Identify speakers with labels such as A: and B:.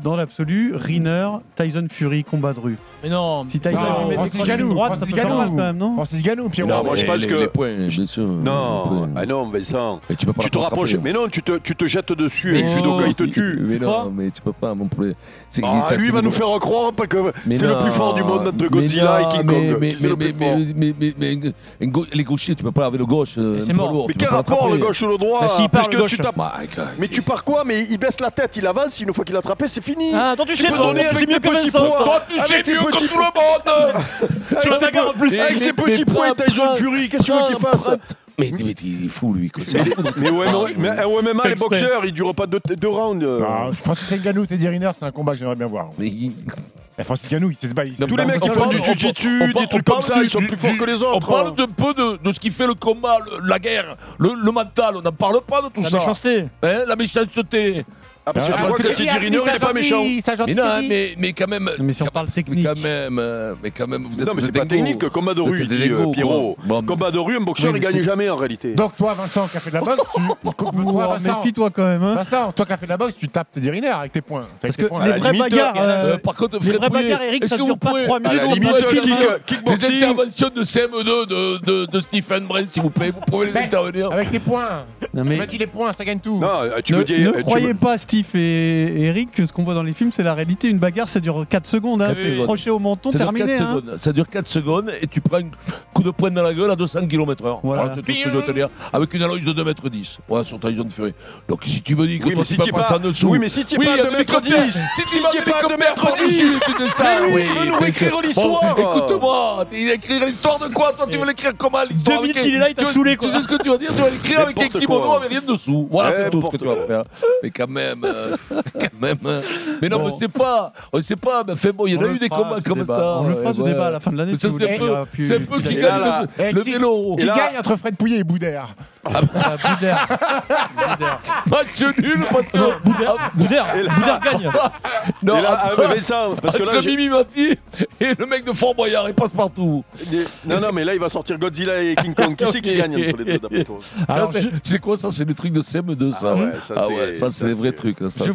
A: dans l'absolu, Riner, Tyson Fury, combat de rue.
B: Mais non,
A: Si Tyson
B: Non,
A: lui met des
B: Ah, Francis
A: crochets de
B: Ganou,
A: droite, ça
B: Francis
A: peut faire
B: Ganou.
A: mal quand même, non
B: Francis Ganou, Pierrot.
C: Non, moi, je
D: Eh,
E: mais
C: pense
E: les-
C: que-
E: Les points, bien sûr.
C: Non,
E: Les points.
C: ah non, Vincent.
E: Mais tu peux pas
C: Tu te
E: rattraper.
C: rapproches. Mais non, tu te, tu te jettes dessus.
E: Mais
C: le
E: non,
C: judoka, il te
E: mais-
C: tue.
E: Mais
B: Pourquoi
E: non, mais tu peux pas, mon poulet. C'est-
C: Ah,
E: ça
C: lui, il va
E: active-
C: nous faire croire pas que
E: Mais
C: c'est le
E: non,
C: plus fort du monde
E: mais
C: entre Godzilla
E: non,
C: et King
E: mais-
C: Kong.
E: Mais,
C: Qui c'est le
E: mais-
C: plus fort
E: mais- mais- mais- mais- un gau- les gauchers, tu peux pas avec le gauche. euh,
B: Mais c'est
E: un poids
B: mort.
E: lourd,
C: Mais
E: tu peux
C: quel
E: pas
C: rapport
E: rattraper.
C: le gauche ou le droit
B: Bah, s'il part,
C: Parce
B: le
C: que tu
B: gauche.
C: tapes-
E: Bah, écoute,
C: Mais tu
E: c'est-
C: pars quoi Mais il baisse la tête, il avance, une fois qu'il attrapé, c'est fini
B: Ah, attends, tu sais
C: peux
B: toi,
C: donner
B: tu sais
C: avec
B: mieux
C: tes
B: que
C: petits
B: Vincent,
C: poids.
B: toi.
C: tu sais mieux que tout le monde
B: Tu vas bagarre en plus.
E: Mais-
C: Avec ses
E: mais-
C: petits
E: mais
C: points et
E: prends-
C: Tyson
E: prends-
C: Fury, qu'est-ce que tu veux qu'il fasse
E: Mais, mais, mais il est fou, lui. quoi.
C: Mais, mais au MMA, mais au MMA, les
A: exprès.
C: boxeurs, ils durent pas deux, deux rounds. euh.
B: Ah,
D: Francis Ganou, Teddy Riner, c'est un combat que j'aimerais bien voir.
E: Mais il-
D: Eh, Francis Ganou, il sait se bailler.
C: Tous les mecs
D: qui
C: qui font du
F: parle- on- on-
C: jujitsu,
F: on-
C: des
F: on
C: trucs comme
F: parle
C: ça,
F: du-
C: ils sont
F: du-
C: plus forts
F: du-
C: que les
F: On
C: autres.
F: parle de peu de, de ce qui fait le combat, le- la guerre, le, le mental, on n'en parle pas de tout
B: La
F: ça.
B: méchanceté.
F: Hein, la méchanceteté.
C: Ah, parce que
D: Ah,
C: tu vois que Teddy Riner, il est pas méchant. hein,
E: Mais non, mais, mais quand même.
A: Mais si on
E: quand
A: parle
E: même-
A: technique.
E: Quand même, euh, mais quand même, vous êtes
C: Non, mais
E: vous
C: c'est
E: êtes
C: pas
E: dingo.
C: technique. Combat de
E: Vous
C: rue,
E: êtes
C: il
E: des
C: dit euh,
E: dingos,
C: Pierrot.
E: quoi. Bon,
C: Combat de rue, un boxeur,
E: Oui, mais
C: il gagne
E: c'est-
C: jamais en réalité.
D: Donc toi, Vincent, qui a fait de la boxe, tu... toi,
A: Ouah,
D: Vincent,
A: Oh, Méfie-toi quand même. hein.
D: Vincent, toi qui a fait de la boxe, tu tapes Teddy Riner avec tes points. Avec
A: Parce
D: tes
A: que
D: points,
A: les
D: là.
C: la
A: vraies
C: limite,
A: bagarres,
E: Euh,
A: euh,
E: par contre,
A: les vraies
E: Fred Pouillet,
A: bagarres, Eric,
E: est-ce
A: ça
E: que
A: dure
E: vous
A: pas
E: pouvez-
A: 3
C: À
A: minutes.
C: Ah, la
A: on
C: limite,
A: peut
C: kick-
A: finir.
F: Des
C: kickboxing,
F: interventions de CM2 de, de, de Stephen Brand, s'il vous plaît. Vous pouvez les
D: Ben,
F: intervenir.
A: euh,
D: Avec tes points.
A: Non,
D: Mais...
A: mais
D: m'a dit les points, ça gagne tout.
C: Non, euh, tu
A: ne,
C: me dis.
A: ne
C: euh, tu
A: croyez
C: me-
A: pas, Steve et et Eric, que ce qu'on voit dans les films, c'est la réalité. Une bagarre, ça dure 4 secondes. Hein.
E: Quatre
A: C'est
E: secondes.
A: crochet au menton,
E: Ça dure,
A: terminé.
E: 4
A: Hein.
E: secondes, ça dure 4 secondes et tu prends un coup de poing dans la gueule à 200 km/h.
A: Voilà.
E: Voilà, c'est tout ce que je veux te dire. Avec une allonge de 2m10 voilà, sur Tyson Fury. Donc si tu me dis que
C: Oui,
E: toi,
C: mais
E: tu
C: si
E: peux
C: t'es pas.
E: passer en dessous.
C: Oui, mais si t'es pas à 2 mètres 10. Si t'es pas à 2 mètres 10. Mais lui, il veut nous réécrire l'histoire.
F: Écoute-moi, il écrire l'histoire de quoi Toi, tu veux l'écrire comment l'histoire
B: 2000
F: avec-
B: qu'il est là, il t'a
F: tu-
B: saoulé, quoi.
F: Tu sais ce que tu vas dire Tu vas l'écrire avec un
C: N'importe
F: kimono
C: quoi.
F: avec rien dessous. Voilà, c'est tout ce que tu vas
C: N'importe
F: faire. Mais quand même, euh, quand même. euh, Mais non,
A: Bon.
F: mais on sait pas, on sait pas. Mais fait bon, il y en
A: On
F: a
A: le
F: eu des
A: fera,
F: combats
A: ce
F: comme
A: débat.
F: ça.
A: On le fera
F: ouais,
A: ce
F: ouais.
A: débat à la fin de l'année.
F: Mais
A: si
F: ça,
A: vous
F: c'est
A: voulez. hein. Il y
F: un peu-
A: aura plus-
F: C'est un peu
A: plus
F: qui
C: Et
A: d'ailleurs.
C: là,
F: gagne le-
D: Eh,
F: le
D: qui-
F: vélo.
D: Qui
C: Et là-
D: gagne entre Fred Pouillet et Boudère
A: Ah, Boudère.
F: Match nul parce que.
B: Boudère, Boudère,
C: Et là-
B: Boudère gagne.
F: Non,
C: Et là, ah,
F: entre-
C: mais Vincent, parce que
F: entre
C: là, j'ai-
F: Mimi Mati et le mec de Fort Boyard, il passe partout.
C: non, non, mais là, il va sortir Godzilla et King Kong. Qui c'est qui gagne entre les deux, d'après toi
F: Ça,
A: Alors,
F: c'est-
A: je-
F: C'est quoi ça C'est des trucs de CM2, ça.
C: Ah ouais, ça,
F: Ah
C: c'est-
F: ouais, ça,
C: ça,
F: c'est des vrais
C: c'est-
F: trucs. là, ça,
A: Je